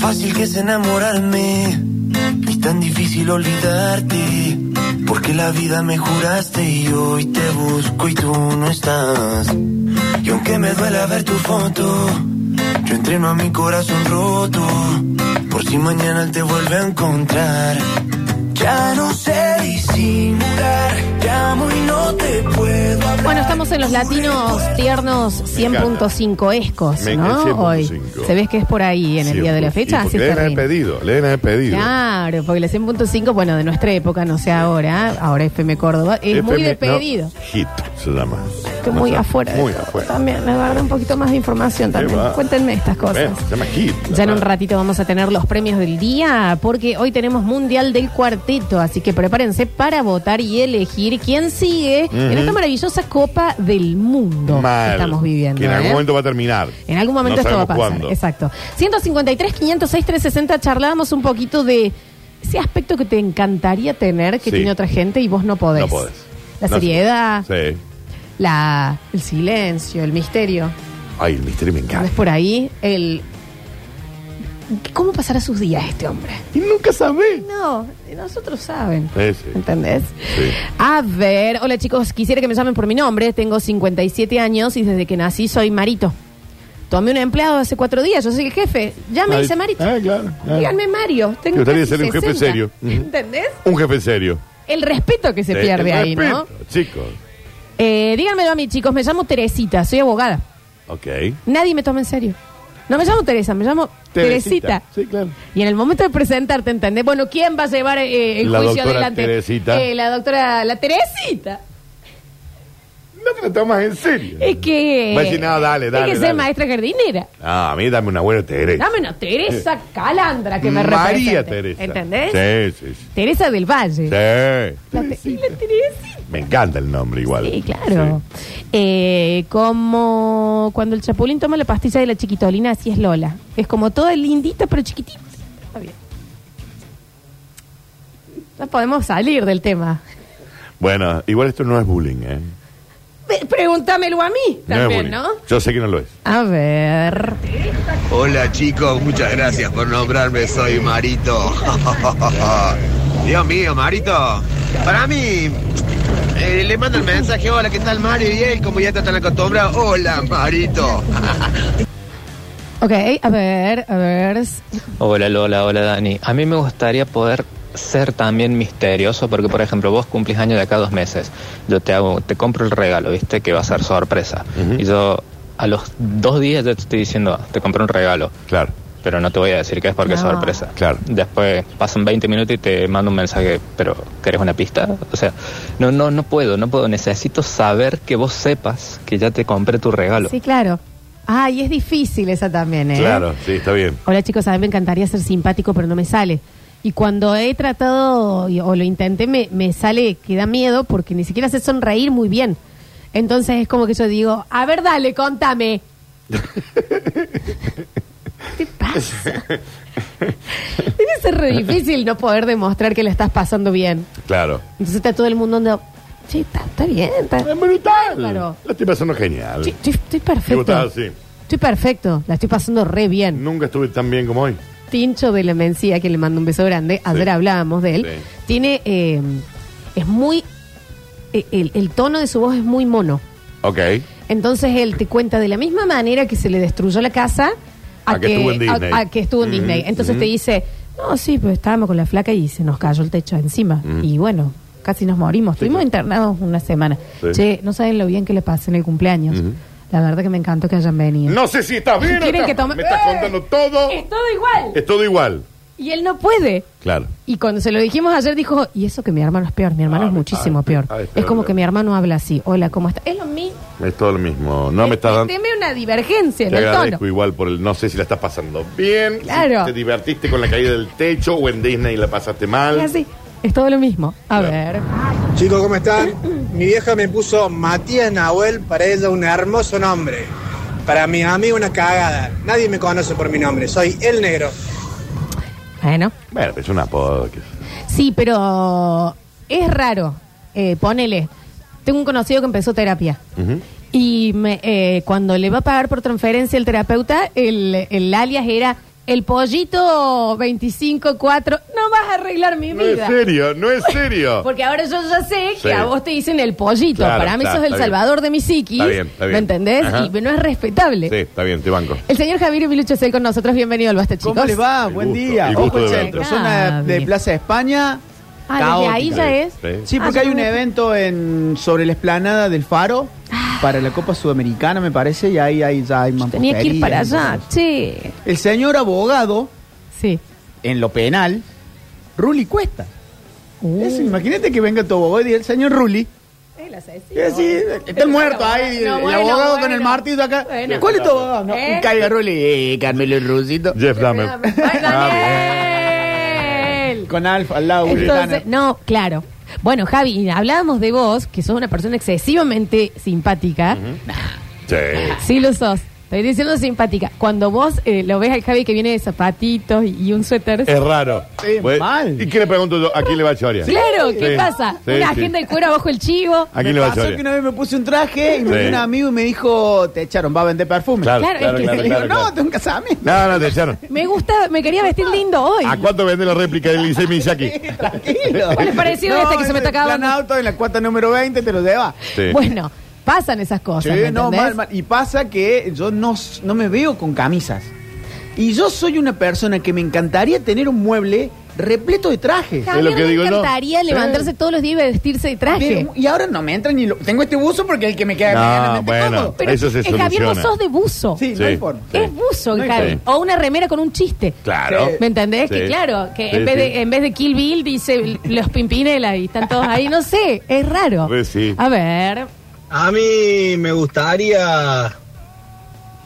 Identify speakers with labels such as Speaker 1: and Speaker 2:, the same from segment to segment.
Speaker 1: fácil que es enamorarme y tan difícil olvidarte. Porque la vida me juraste y hoy te busco y tú no estás. Y aunque me duela ver tu foto, yo entreno a mi corazón roto. Por si mañana te vuelve a encontrar. Ya no sé disimular, llamo y no te puedo hablar.
Speaker 2: Bueno, estamos en los latinos tiernos 100.5 escos,
Speaker 3: Me-
Speaker 2: ¿no?
Speaker 3: 100.5.
Speaker 2: Hoy. Se ves que es por ahí en el día de la fecha, así se
Speaker 3: le deben haber
Speaker 2: rinde.
Speaker 3: pedido, le deben haber pedido.
Speaker 2: Claro, porque la 100.5, bueno, de nuestra época, no sé ahora, ahora FM Córdoba, es muy
Speaker 3: FM,
Speaker 2: de pedido.
Speaker 3: Este no, hit se llama.
Speaker 2: Estoy
Speaker 3: No
Speaker 2: muy
Speaker 3: sé,
Speaker 2: afuera. de
Speaker 3: Muy
Speaker 2: todo
Speaker 3: afuera.
Speaker 2: También, me agarré un poquito más de información
Speaker 3: Qué
Speaker 2: también.
Speaker 3: va.
Speaker 2: Cuéntenme estas cosas.
Speaker 3: Bueno, se llama hit. la
Speaker 2: Ya en un
Speaker 3: verdad.
Speaker 2: ratito vamos a tener los premios del día, porque hoy tenemos Mundial del Cuarteto, así que prepárense para votar y elegir quién sigue en esta maravillosa Copa del Mundo
Speaker 3: Mal.
Speaker 2: que estamos viviendo.
Speaker 3: Que en algún
Speaker 2: ¿eh?
Speaker 3: momento va a terminar.
Speaker 2: En algún momento
Speaker 3: No
Speaker 2: esto va a pasar.
Speaker 3: sabemos cuándo.
Speaker 2: Exacto. 153, 506, 360, charlábamos un poquito de ese aspecto que te encantaría tener, que
Speaker 3: Sí.
Speaker 2: tiene otra gente y vos no podés.
Speaker 3: No podés.
Speaker 2: La
Speaker 3: No
Speaker 2: seriedad,
Speaker 3: sé. Sí.
Speaker 2: la, el silencio, el misterio.
Speaker 3: Ay, el misterio me
Speaker 2: ¿Ves
Speaker 3: encanta.
Speaker 2: por ahí? El... ¿Cómo pasará sus días este hombre?
Speaker 3: Y nunca sabés.
Speaker 2: No, nosotros saben.
Speaker 3: Sí, sí.
Speaker 2: ¿Entendés?
Speaker 3: Sí.
Speaker 2: A ver, hola chicos, quisiera que me llamen por mi nombre. Tengo 57 años y desde que nací soy Marito. Tomé un empleado hace cuatro días, yo soy el jefe. Ya me
Speaker 3: Ay,
Speaker 2: dice Marito.
Speaker 3: Ah, claro. claro.
Speaker 2: Díganme Mario. Tengo
Speaker 3: Me gustaría
Speaker 2: casi
Speaker 3: ser un jefe
Speaker 2: 60.
Speaker 3: serio. Ujú.
Speaker 2: ¿Entendés?
Speaker 3: Un jefe en serio.
Speaker 2: El respeto que se
Speaker 3: Sí,
Speaker 2: pierde
Speaker 3: el
Speaker 2: ahí, ¿no?
Speaker 3: respeto, Chicos.
Speaker 2: Eh, díganmelo a mí, chicos. Me llamo Teresita, soy abogada.
Speaker 3: Ok.
Speaker 2: Nadie me toma en serio. No me llamo Teresa, me llamo Teresita.
Speaker 3: Sí, claro.
Speaker 2: Y en el momento de presentarte, ¿entendés? Bueno, ¿quién va a llevar eh, el
Speaker 3: La
Speaker 2: juicio
Speaker 3: doctora
Speaker 2: adelante?
Speaker 3: Teresita.
Speaker 2: Eh, la doctora, la Teresita.
Speaker 3: No te lo tomas en serio.
Speaker 2: Es que.
Speaker 3: Va a decir, no, dale, dale.
Speaker 2: Es que
Speaker 3: dale.
Speaker 2: soy maestra jardinera.
Speaker 3: Ah, a mí dame una buena Teresa.
Speaker 2: Dame una Teresa Calandra que me
Speaker 3: María
Speaker 2: represente.
Speaker 3: Teresa.
Speaker 2: ¿Entendés?
Speaker 3: Sí, sí, sí.
Speaker 2: Teresa del Valle.
Speaker 3: Sí.
Speaker 2: La, te- la Teresita.
Speaker 3: Me encanta el nombre igual.
Speaker 2: Sí, claro. Eh, como cuando el chapulín toma la pastilla de la chiquitolina, así es Lola. Es como toda lindita, pero chiquitita. Está bien. No podemos salir del tema.
Speaker 3: Sí. Bueno, igual esto no es bullying, ¿eh?
Speaker 2: Pe- Pregúntamelo a mí
Speaker 3: no es
Speaker 2: también,
Speaker 3: bullying.
Speaker 2: ¿no?
Speaker 3: Yo sé que no lo es.
Speaker 2: A ver.
Speaker 4: Hola chicos, muchas gracias por nombrarme, soy Marito. Dios mío, Marito. Para mí, eh, le mando el mensaje, hola, ¿qué tal Mario? Y él, como ya está tan acostumbrado, hola Marito.
Speaker 2: Ok, a ver, a ver.
Speaker 5: Hola Lola, hola Dani. A mí me gustaría poder ser también misterioso porque, por ejemplo, vos cumplís año de acá a dos meses. Yo te hago, te compro el regalo, ¿viste? Que va a ser sorpresa.
Speaker 3: Ujú.
Speaker 5: Y yo a los dos días ya te estoy diciendo, "Ah, te compré un regalo.
Speaker 3: Claro.
Speaker 5: Pero no te voy a decir que es porque es
Speaker 2: No.
Speaker 5: sorpresa.
Speaker 3: Claro.
Speaker 5: Después pasan 20 minutos y te mando un mensaje, pero ¿querés una pista? O sea, no, no, no puedo, no puedo. Necesito saber que vos sepas que ya te compré tu regalo.
Speaker 2: Sí, claro. Ah, y es difícil esa también, ¿eh?
Speaker 3: Claro, sí, está bien.
Speaker 2: Hola chicos, a mí me encantaría ser simpático, pero no me sale. Y cuando he tratado y- o lo intenté, me, me sale que da miedo porque ni siquiera sé sonreír muy bien. Entonces es como que yo digo, a ver, dale, contame. ¿Qué te pasa? Debe ser re difícil no poder demostrar que la estás pasando bien.
Speaker 3: Claro.
Speaker 2: Entonces está todo el mundo andando, che, está, está bien, está,
Speaker 3: Es brutal.
Speaker 2: Claro.
Speaker 3: La estoy pasando genial.
Speaker 2: Che, estoy, estoy
Speaker 3: Y vos
Speaker 2: perfecto.
Speaker 3: estás así.
Speaker 2: Estoy perfecto, la estoy pasando re bien.
Speaker 3: Nunca estuve tan bien como hoy.
Speaker 2: Tincho de la Mencía, que le mando un beso grande, ayer
Speaker 3: Sí.
Speaker 2: hablábamos de él,
Speaker 3: Sí.
Speaker 2: tiene, eh, es muy, eh, el, el tono de su voz es muy mono.
Speaker 3: Ok.
Speaker 2: Entonces él te cuenta de la misma manera que se le destruyó la casa
Speaker 3: A que estuvo en Disney.
Speaker 2: a- a que estuvo en
Speaker 3: Ujú,
Speaker 2: Disney. Entonces
Speaker 3: ujú.
Speaker 2: te dice, no, sí, pues estábamos con la flaca y se nos cayó el techo encima. Y bueno, casi nos morimos. Estuvimos
Speaker 3: claro.
Speaker 2: internados una semana.
Speaker 3: Sí.
Speaker 2: Che, no saben lo bien que le pasé en el cumpleaños.
Speaker 3: Ujú.
Speaker 2: La verdad que me encantó que hayan venido.
Speaker 3: No sé si estás bien o
Speaker 2: ¿Quieren
Speaker 3: estás
Speaker 2: que
Speaker 3: mal.
Speaker 2: tome-
Speaker 3: Me estás
Speaker 2: ¡Eh!
Speaker 3: contando todo.
Speaker 2: Es todo igual.
Speaker 3: Es todo igual.
Speaker 2: Y él no puede.
Speaker 3: Claro.
Speaker 2: Y cuando se lo dijimos ayer dijo, y eso que mi hermano es peor, mi hermano
Speaker 3: Ah,
Speaker 2: es
Speaker 3: me-
Speaker 2: muchísimo
Speaker 3: ah,
Speaker 2: peor.
Speaker 3: ah, es
Speaker 2: es
Speaker 3: peor,
Speaker 2: como
Speaker 3: claro.
Speaker 2: que mi hermano habla así, hola, ¿cómo está? Es lo mismo.
Speaker 3: Es todo lo mismo. No me estás dando.
Speaker 2: Teme una divergencia en
Speaker 3: Te
Speaker 2: el
Speaker 3: agradezco
Speaker 2: tono.
Speaker 3: igual por el. No sé si la estás pasando bien.
Speaker 2: Claro.
Speaker 3: si te divertiste con la caída del techo o en Disney la pasaste mal.
Speaker 2: Es así, es todo lo mismo. A
Speaker 3: Claro.
Speaker 2: ver.
Speaker 6: Chicos, ¿cómo están? Mi vieja me puso Matías Nahuel, para ella un hermoso nombre. Para mi amigo una cagada. Nadie me conoce por mi nombre, soy el negro.
Speaker 2: Bueno.
Speaker 3: Bueno, pero es un apodo. que-
Speaker 2: Sí, pero es raro. Eh, ponele, tengo un conocido que empezó terapia.
Speaker 3: Ujú.
Speaker 2: Y me, eh, cuando le va a pagar por transferencia el terapeuta, el, el alias era El pollito 25-4, no vas a arreglar mi
Speaker 3: No es
Speaker 2: vida.
Speaker 3: serio, no es serio.
Speaker 2: Porque ahora yo ya sé que
Speaker 3: Sí.
Speaker 2: a vos te dicen el pollito.
Speaker 3: Claro,
Speaker 2: Para mí
Speaker 3: está,
Speaker 2: sos el
Speaker 3: está bien.
Speaker 2: salvador de mi psiquis.
Speaker 3: Está bien, está bien.
Speaker 2: ¿Me entendés?
Speaker 3: Ajá.
Speaker 2: Y no es respetable.
Speaker 3: Sí, está bien, te banco.
Speaker 2: El señor Javier Miluchesel con nosotros. Bienvenido al Basta, chicos.
Speaker 7: ¿Cómo les va?
Speaker 3: El
Speaker 7: Buen
Speaker 3: gusto,
Speaker 7: día.
Speaker 3: el gusto
Speaker 7: Ojo el
Speaker 3: de
Speaker 7: centro,
Speaker 2: verte.
Speaker 7: zona de
Speaker 2: Cabe.
Speaker 7: Plaza de España.
Speaker 2: Ah, desde ahí
Speaker 7: caótica.
Speaker 2: ya es.
Speaker 3: Sí.
Speaker 7: Sí, porque
Speaker 2: Ah,
Speaker 7: hay
Speaker 2: yo
Speaker 7: un
Speaker 2: no-
Speaker 7: evento en sobre la esplanada del Faro para la Copa Sudamericana, me parece, y ahí, ahí ya hay más
Speaker 2: Tenía que ir para allá. Che.
Speaker 7: El señor abogado,
Speaker 2: Sí.
Speaker 7: en lo penal, Ruli Cuesta.
Speaker 2: Uh.
Speaker 7: Eso, imagínate que venga tu abogado y diga, el señor Ruli.
Speaker 2: El asesino.
Speaker 7: Y así, está el muerto ahí,
Speaker 2: No,
Speaker 7: el
Speaker 2: bueno,
Speaker 7: abogado con
Speaker 2: bueno.
Speaker 7: el martillo acá.
Speaker 2: Bueno.
Speaker 7: ¿Cuál es tu abogado? No,
Speaker 2: ¿Eh?
Speaker 7: Caiga Ruli. Eh, Carmelo Rusito.
Speaker 3: Jeff Dahmer. Ah,
Speaker 2: Ay, Daniel.
Speaker 7: Con Alfa al lado.
Speaker 2: Entonces,
Speaker 7: Gritana.
Speaker 2: no, claro. Bueno, Javi, y hablábamos de vos, que sos una persona excesivamente simpática.
Speaker 3: Sí.
Speaker 2: Sí lo sos. Estoy diciendo simpática. Cuando vos eh, lo ves al Javi que viene de zapatitos y, y un suéter.
Speaker 3: Es raro. Pues,
Speaker 7: Sí, mal.
Speaker 3: ¿Y qué le pregunto yo? ¿A quién le va a chorear?
Speaker 2: Claro, ¿qué
Speaker 3: Sí,
Speaker 2: pasa?
Speaker 3: sí,
Speaker 2: una
Speaker 3: sí.
Speaker 2: agenda de cuero abajo el chivo.
Speaker 3: ¿A quién
Speaker 7: me
Speaker 3: le va a
Speaker 7: pasó
Speaker 3: chorear?
Speaker 7: que una vez me puse un traje y me
Speaker 3: Sí.
Speaker 7: vino un amigo y me dijo, te echaron, va a vender perfume.
Speaker 3: Claro,
Speaker 2: Claro,
Speaker 3: claro,
Speaker 2: es
Speaker 3: claro,
Speaker 2: que-
Speaker 7: Y
Speaker 3: claro,
Speaker 7: digo,
Speaker 3: claro.
Speaker 7: no, tengo un casamiento.
Speaker 3: No, no, te echaron.
Speaker 2: Me gusta, me quería vestir lindo hoy.
Speaker 3: ¿A cuánto vende la réplica del Licey Miyazaki?
Speaker 7: Tranquilo.
Speaker 2: ¿Cuál es parecido este que se me está acabando?
Speaker 7: Plan auto en la cuarta número 20 te lo lleva.
Speaker 3: Sí.
Speaker 2: Bueno, pasan esas cosas.
Speaker 7: Che,
Speaker 2: ¿me
Speaker 7: no,
Speaker 2: entendés?
Speaker 7: mal, mal. Y pasa que yo no, s- no me veo con camisas. Y yo soy una persona que me encantaría tener un mueble repleto de trajes.
Speaker 2: Javier,
Speaker 3: Es lo que
Speaker 2: me
Speaker 3: digo yo.
Speaker 2: encantaría levantarse todos los días y vestirse de traje.
Speaker 7: Pero- y ahora no me entra ni lo... Tengo este buzo porque es el que me queda
Speaker 3: No,
Speaker 7: medianamente
Speaker 3: bueno.
Speaker 7: cómodo.
Speaker 2: Pero
Speaker 3: Eso se
Speaker 2: eh, Javier, vos
Speaker 3: soluciona.
Speaker 2: sos de buzo.
Speaker 7: Sí,
Speaker 3: Sí.
Speaker 7: no hay forma.
Speaker 3: Sí.
Speaker 2: Es buzo,
Speaker 7: No hay
Speaker 2: Javi.
Speaker 3: forma.
Speaker 2: O una remera con un chiste.
Speaker 3: Claro.
Speaker 2: ¿Me entendés? Que
Speaker 3: Sí.
Speaker 2: claro, que
Speaker 3: Sí,
Speaker 2: en, vez
Speaker 3: sí.
Speaker 2: de, en vez de Kill Bill dice los Pimpinela y están todos ahí, no sé, es raro.
Speaker 3: Pues sí.
Speaker 2: A ver,
Speaker 8: A mí me gustaría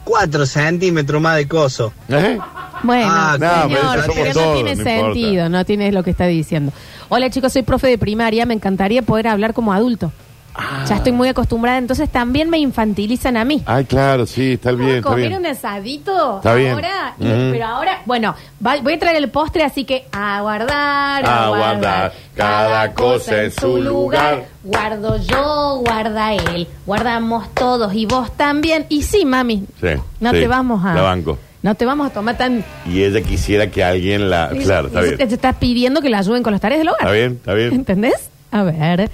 Speaker 8: 4 centímetros más de coso.
Speaker 3: ¿Eh?
Speaker 2: bueno,
Speaker 8: Ah,
Speaker 3: no, pero
Speaker 2: señor,
Speaker 3: eso somos
Speaker 2: pero, no
Speaker 3: todos,
Speaker 2: tiene
Speaker 3: no importa.
Speaker 2: sentido, no tiene lo que está diciendo. Hola chicos, soy profe de primaria, me encantaría poder hablar como adulto.
Speaker 3: Ah.
Speaker 2: Ya estoy muy acostumbrada, entonces también me infantilizan a mí.
Speaker 3: Ay, claro, sí, está Ah, bien,
Speaker 2: Vamos a
Speaker 3: está
Speaker 2: comer
Speaker 3: bien.
Speaker 2: un asadito
Speaker 3: Está bien.
Speaker 2: ahora, y-
Speaker 3: Ujú.
Speaker 2: pero ahora, bueno, va- voy a traer el postre, así que aguardar,
Speaker 3: Aguardar cada cosa en su lugar.
Speaker 2: Guardo yo, guarda él, guardamos todos y vos también. Y sí, mami,
Speaker 3: Sí,
Speaker 2: no
Speaker 3: sí,
Speaker 2: te vamos a...
Speaker 3: la banco.
Speaker 2: No te vamos a tomar tan...
Speaker 3: Y ella quisiera que alguien la. Ah, Claro, está
Speaker 2: Y
Speaker 3: bien.
Speaker 2: Te, te estás pidiendo que la ayuden con las tareas del hogar.
Speaker 3: Está bien, está bien.
Speaker 2: ¿Entendés? A ver,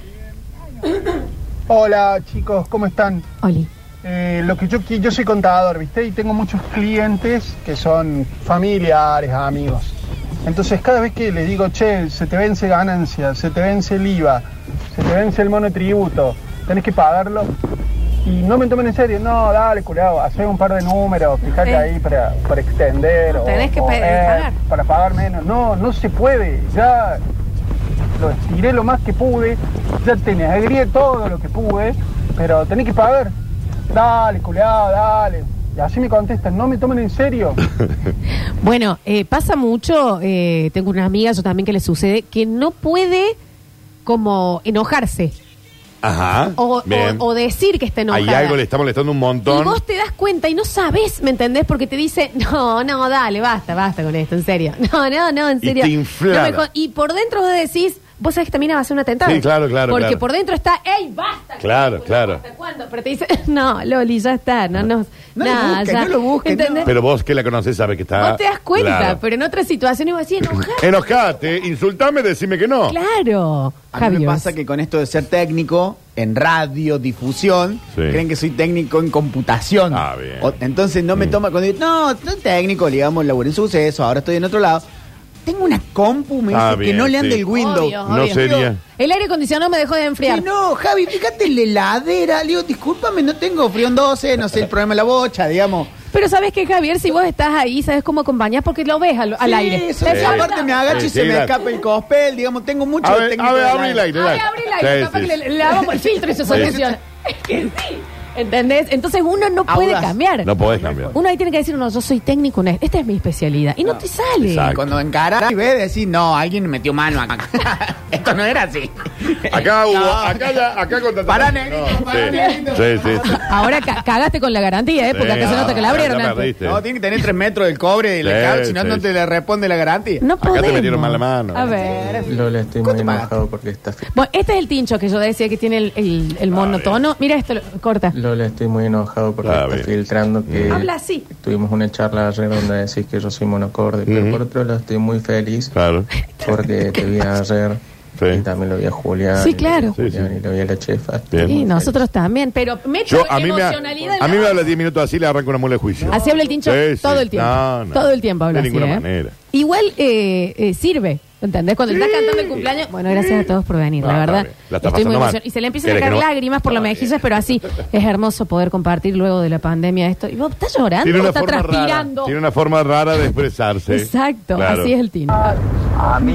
Speaker 9: Hola chicos, ¿cómo están?
Speaker 2: Oli.
Speaker 9: Eh, lo que yo qui- yo soy contador, ¿viste? Y tengo muchos clientes que son familiares, amigos. Entonces cada vez que les digo, che, se te vence ganancia, se te vence el IVA, se te vence el monotributo, tenés que pagarlo. Y no me tomen en serio, no, dale, curado, hacer un par de números, fíjate
Speaker 2: Eh.
Speaker 9: ahí para, para extender o,
Speaker 2: Tenés que
Speaker 9: o, eh,
Speaker 2: pa- pagar.
Speaker 9: para pagar menos. No, no se puede, ya lo estiré lo más que pude, ya te agrié todo lo que pude, pero tenés que pagar. Dale, culeado, dale. Y así me contestan, no me tomen en serio.
Speaker 2: Bueno, eh, pasa mucho, eh, tengo unas amigas yo también que les sucede, que no puede como enojarse
Speaker 3: Ajá.
Speaker 2: o,
Speaker 3: bien.
Speaker 2: o- o decir que está enojada.
Speaker 3: Hay algo le está molestando un montón.
Speaker 2: Y vos te das cuenta y no sabes, ¿me entendés? Porque te dice, no, no, dale, basta, basta con esto, en serio. No, no, no, en
Speaker 3: Y
Speaker 2: serio.
Speaker 3: te
Speaker 2: No
Speaker 3: inflama.
Speaker 2: me con- y por dentro vos decís, vos sabés que también va a ser un atentado.
Speaker 3: Sí, claro, claro,
Speaker 2: Porque
Speaker 3: claro.
Speaker 2: por dentro está, ¡ey, basta! con
Speaker 3: Claro,
Speaker 2: esto,
Speaker 3: claro.
Speaker 2: ¿Hasta cuándo? Pero te dice, no, Loli, ya está, no, no,
Speaker 7: No lo
Speaker 2: nada,
Speaker 7: busques,
Speaker 2: ya.
Speaker 7: no lo busques, no.
Speaker 2: ¿Entendés?
Speaker 3: Pero vos que la conocés sabes que está.
Speaker 2: No te das cuenta,
Speaker 3: Claro.
Speaker 2: pero en otras situaciones vos decís, enojada.
Speaker 3: Enojate, insultame, decime que no.
Speaker 2: Claro.
Speaker 7: A mí me pasa que con esto de ser técnico en radio, difusión,
Speaker 3: Sí.
Speaker 7: creen que soy técnico en computación.
Speaker 3: Ah, bien. Mm.
Speaker 7: O- entonces no me toma cuando digo, no, soy técnico, digamos, laburo en suceso, ahora estoy en otro lado. Tengo una compu, me
Speaker 3: Ah,
Speaker 7: dice, que
Speaker 3: bien,
Speaker 7: no le
Speaker 3: sí.
Speaker 7: anda el Windows.
Speaker 2: Obvio.
Speaker 3: No sería.
Speaker 2: El aire acondicionado me dejó de enfriar.
Speaker 7: Sí, no, Javi, fíjate la heladera. Le digo, discúlpame, no tengo frío en 12, no sé el problema de la bocha, digamos.
Speaker 2: Pero sabes que Javier, si vos estás ahí, sabes cómo acompañás porque lo ves al, al
Speaker 7: Sí,
Speaker 2: aire.
Speaker 7: eso,
Speaker 2: Te
Speaker 7: aparte
Speaker 2: falta.
Speaker 7: me agacho y
Speaker 3: Sí,
Speaker 7: se
Speaker 3: sí,
Speaker 7: me
Speaker 3: dale.
Speaker 7: escapa el cospel, digamos, tengo mucho
Speaker 3: A
Speaker 7: de
Speaker 3: ver,
Speaker 7: técnico
Speaker 3: a ver,
Speaker 7: de
Speaker 3: abre el
Speaker 7: heladera.
Speaker 2: Abre,
Speaker 3: aire. dale.
Speaker 2: Ah, abre el aire,
Speaker 3: Sí,
Speaker 2: capaz
Speaker 3: sí.
Speaker 2: que le, le damos el filtro y se
Speaker 3: Sí.
Speaker 2: soluciona. Es que sí. ¿Entendés? Entonces uno no puede
Speaker 7: Audaz.
Speaker 2: cambiar.
Speaker 3: No podés cambiar.
Speaker 2: Uno ahí tiene que decir, no, yo soy técnico, no, esta es mi especialidad. Y no, te sale.
Speaker 3: Exacto.
Speaker 7: Cuando encarar y ves, decís, no, alguien metió mano acá. Esto no era así.
Speaker 3: Acá hubo,
Speaker 7: No.
Speaker 3: acá ya, acá contrataron.
Speaker 7: Pará, negrito, pará,
Speaker 3: sí.
Speaker 7: negrito.
Speaker 3: Sí, sí, sí.
Speaker 2: Ahora ca- cagaste con la garantía, ¿eh? Porque
Speaker 3: Sí, ah,
Speaker 2: acá se nota que la
Speaker 3: acá
Speaker 2: abrieron.
Speaker 3: ya
Speaker 2: antes.
Speaker 3: perdiste.
Speaker 7: No, tiene que tener tres metros del cobre de la
Speaker 3: Sí,
Speaker 7: cable, si no,
Speaker 3: sí,
Speaker 7: no
Speaker 3: sí.
Speaker 7: te le responde la garantía.
Speaker 2: No
Speaker 3: Acá te
Speaker 2: podemos.
Speaker 3: metieron mala mano.
Speaker 2: A ver.
Speaker 10: Lola, estoy muy
Speaker 7: ¿Cuánto pagaste?
Speaker 10: enojado porque esta... fi-
Speaker 2: Bueno, este es el tincho que yo decía que tiene el, el, el monotono. Mira esto, lo- corta.
Speaker 10: Lola, estoy muy enojado porque
Speaker 3: Ah,
Speaker 10: está
Speaker 3: bien.
Speaker 10: filtrando
Speaker 11: Mm.
Speaker 10: que
Speaker 2: Habla así.
Speaker 10: tuvimos una charla ayer donde decís que yo soy monocorde,
Speaker 3: Ujú.
Speaker 10: pero por otro lado estoy muy feliz
Speaker 3: Claro.
Speaker 10: porque te vi ayer
Speaker 3: Sí.
Speaker 10: y también lo vi a Julián,
Speaker 2: Sí,
Speaker 10: y lo vi a
Speaker 2: claro.
Speaker 10: Julián,
Speaker 3: Sí, sí.
Speaker 10: y lo vi a la chefa.
Speaker 3: Bien.
Speaker 2: Y nosotros también, pero meta
Speaker 3: Yo, a mí, me, ha-
Speaker 2: emocionalidad.
Speaker 3: a mí me
Speaker 2: ¿no?
Speaker 3: habla 10 minutos así, le arranco una mula de juicio.
Speaker 2: Así habla el tincho
Speaker 3: Sí, sí.
Speaker 2: todo el tiempo.
Speaker 3: No, no.
Speaker 2: Todo el tiempo habla
Speaker 3: De
Speaker 2: así,
Speaker 3: ninguna
Speaker 2: ¿eh?
Speaker 3: manera.
Speaker 2: Igual eh, eh, sirve, ¿entendés? Cuando le estás cantando el cumpleaños. Bueno, gracias a todos por venir,
Speaker 3: Ah,
Speaker 2: la
Speaker 3: está
Speaker 2: verdad.
Speaker 3: bien. La está
Speaker 2: Estoy muy
Speaker 3: pasando mal.
Speaker 2: emocionada. Y se le empiezan a
Speaker 3: ¿Querés
Speaker 2: caer
Speaker 3: que no?
Speaker 2: lágrimas por la
Speaker 3: Está
Speaker 2: mejilla, pero así es hermoso poder compartir luego de la pandemia esto. Y vos estás llorando,
Speaker 3: Tiene una,
Speaker 2: estás
Speaker 3: forma rara,
Speaker 2: transpirando.
Speaker 3: tiene una forma rara de expresarse.
Speaker 2: Exacto,
Speaker 3: Claro.
Speaker 2: así es el tincho.
Speaker 12: A mí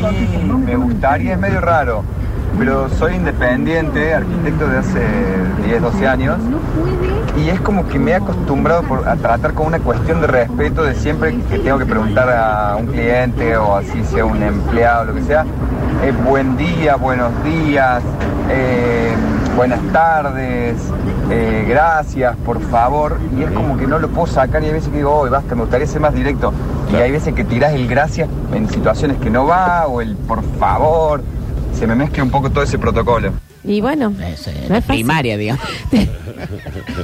Speaker 12: me gustaría, es medio raro, pero soy independiente, arquitecto de hace 10, 12 años, y es como que me he acostumbrado por- a tratar con una cuestión de respeto de siempre que tengo que preguntar a un cliente o así sea un empleado, lo que sea, eh, buen día, buenos días, eh, buenas tardes, eh, gracias, por favor, y es como que no lo puedo sacar y hay veces que digo, hoy basta, me gustaría ser más directo, y hay veces que tirás el gracias en situaciones que no va o el por favor, se me mezcla un poco todo ese protocolo.
Speaker 2: Y bueno,
Speaker 7: Es, eh,
Speaker 2: no es fácil.
Speaker 7: primaria, digamos.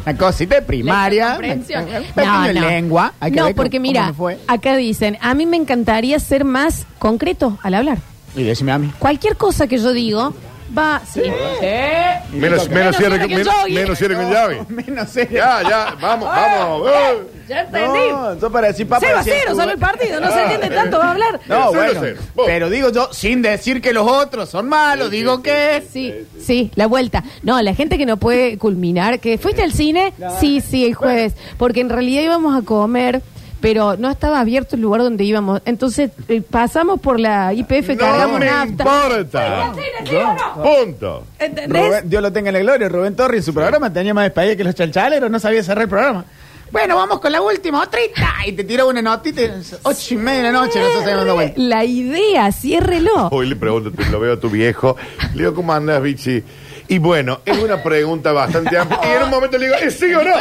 Speaker 7: Una cosita de
Speaker 2: La
Speaker 7: primaria.
Speaker 2: comprensión.
Speaker 7: No,
Speaker 2: No, no.
Speaker 7: lengua. Hay que
Speaker 2: No,
Speaker 7: ver cómo-
Speaker 2: porque
Speaker 7: cómo
Speaker 2: mira,
Speaker 7: me fue.
Speaker 2: acá dicen, a mí me encantaría ser más concreto al hablar.
Speaker 7: Y decime a mí.
Speaker 2: Cualquier cosa que yo digo va... Sí.
Speaker 3: Menos, menos,
Speaker 2: Menos
Speaker 3: cierre
Speaker 2: cierre
Speaker 3: que,
Speaker 2: que
Speaker 3: men-
Speaker 2: Yogi.
Speaker 3: menos cierre que llave.
Speaker 7: Menos serio.
Speaker 3: Ya, ya, vamos, vamos. eh.
Speaker 2: Ya entendí.
Speaker 7: No, yo para decir papá.
Speaker 2: Cero a
Speaker 7: decía,
Speaker 2: cero,
Speaker 7: tú-
Speaker 2: solo el partido, no se entiende tanto, va a hablar.
Speaker 7: No,
Speaker 3: Cero,
Speaker 7: bueno,
Speaker 3: cero. Vos.
Speaker 7: pero digo yo, sin decir que los otros son malos, digo que...
Speaker 2: Sí, sí, la vuelta. No, la gente que no puede culminar, que fuiste al cine, sí, sí, el jueves, porque en realidad íbamos a comer, pero no estaba abierto el lugar donde íbamos. Entonces eh, pasamos por la IPF,
Speaker 3: No
Speaker 2: cargamos
Speaker 3: me
Speaker 2: nafta.
Speaker 3: importa.
Speaker 2: ¿Yo?
Speaker 3: Punto.
Speaker 2: ¿Entendés?
Speaker 7: Rubén- Dios lo tenga en la gloria. Rubén Torres en su programa tenía más despedida que los chalchaleros, no sabía cerrar el programa. Bueno, vamos con la última, otrita. Y te tiró una notita, y- ocho y media de la noche, nosotros tenemos dando vuelta.
Speaker 2: La idea, ciérrelo.
Speaker 3: Hoy le pregunto, te- lo veo a tu viejo. Le digo, ¿cómo andas, bichi? Y bueno, es una pregunta bastante amplia. Y en un momento le digo, ¿es sí o no?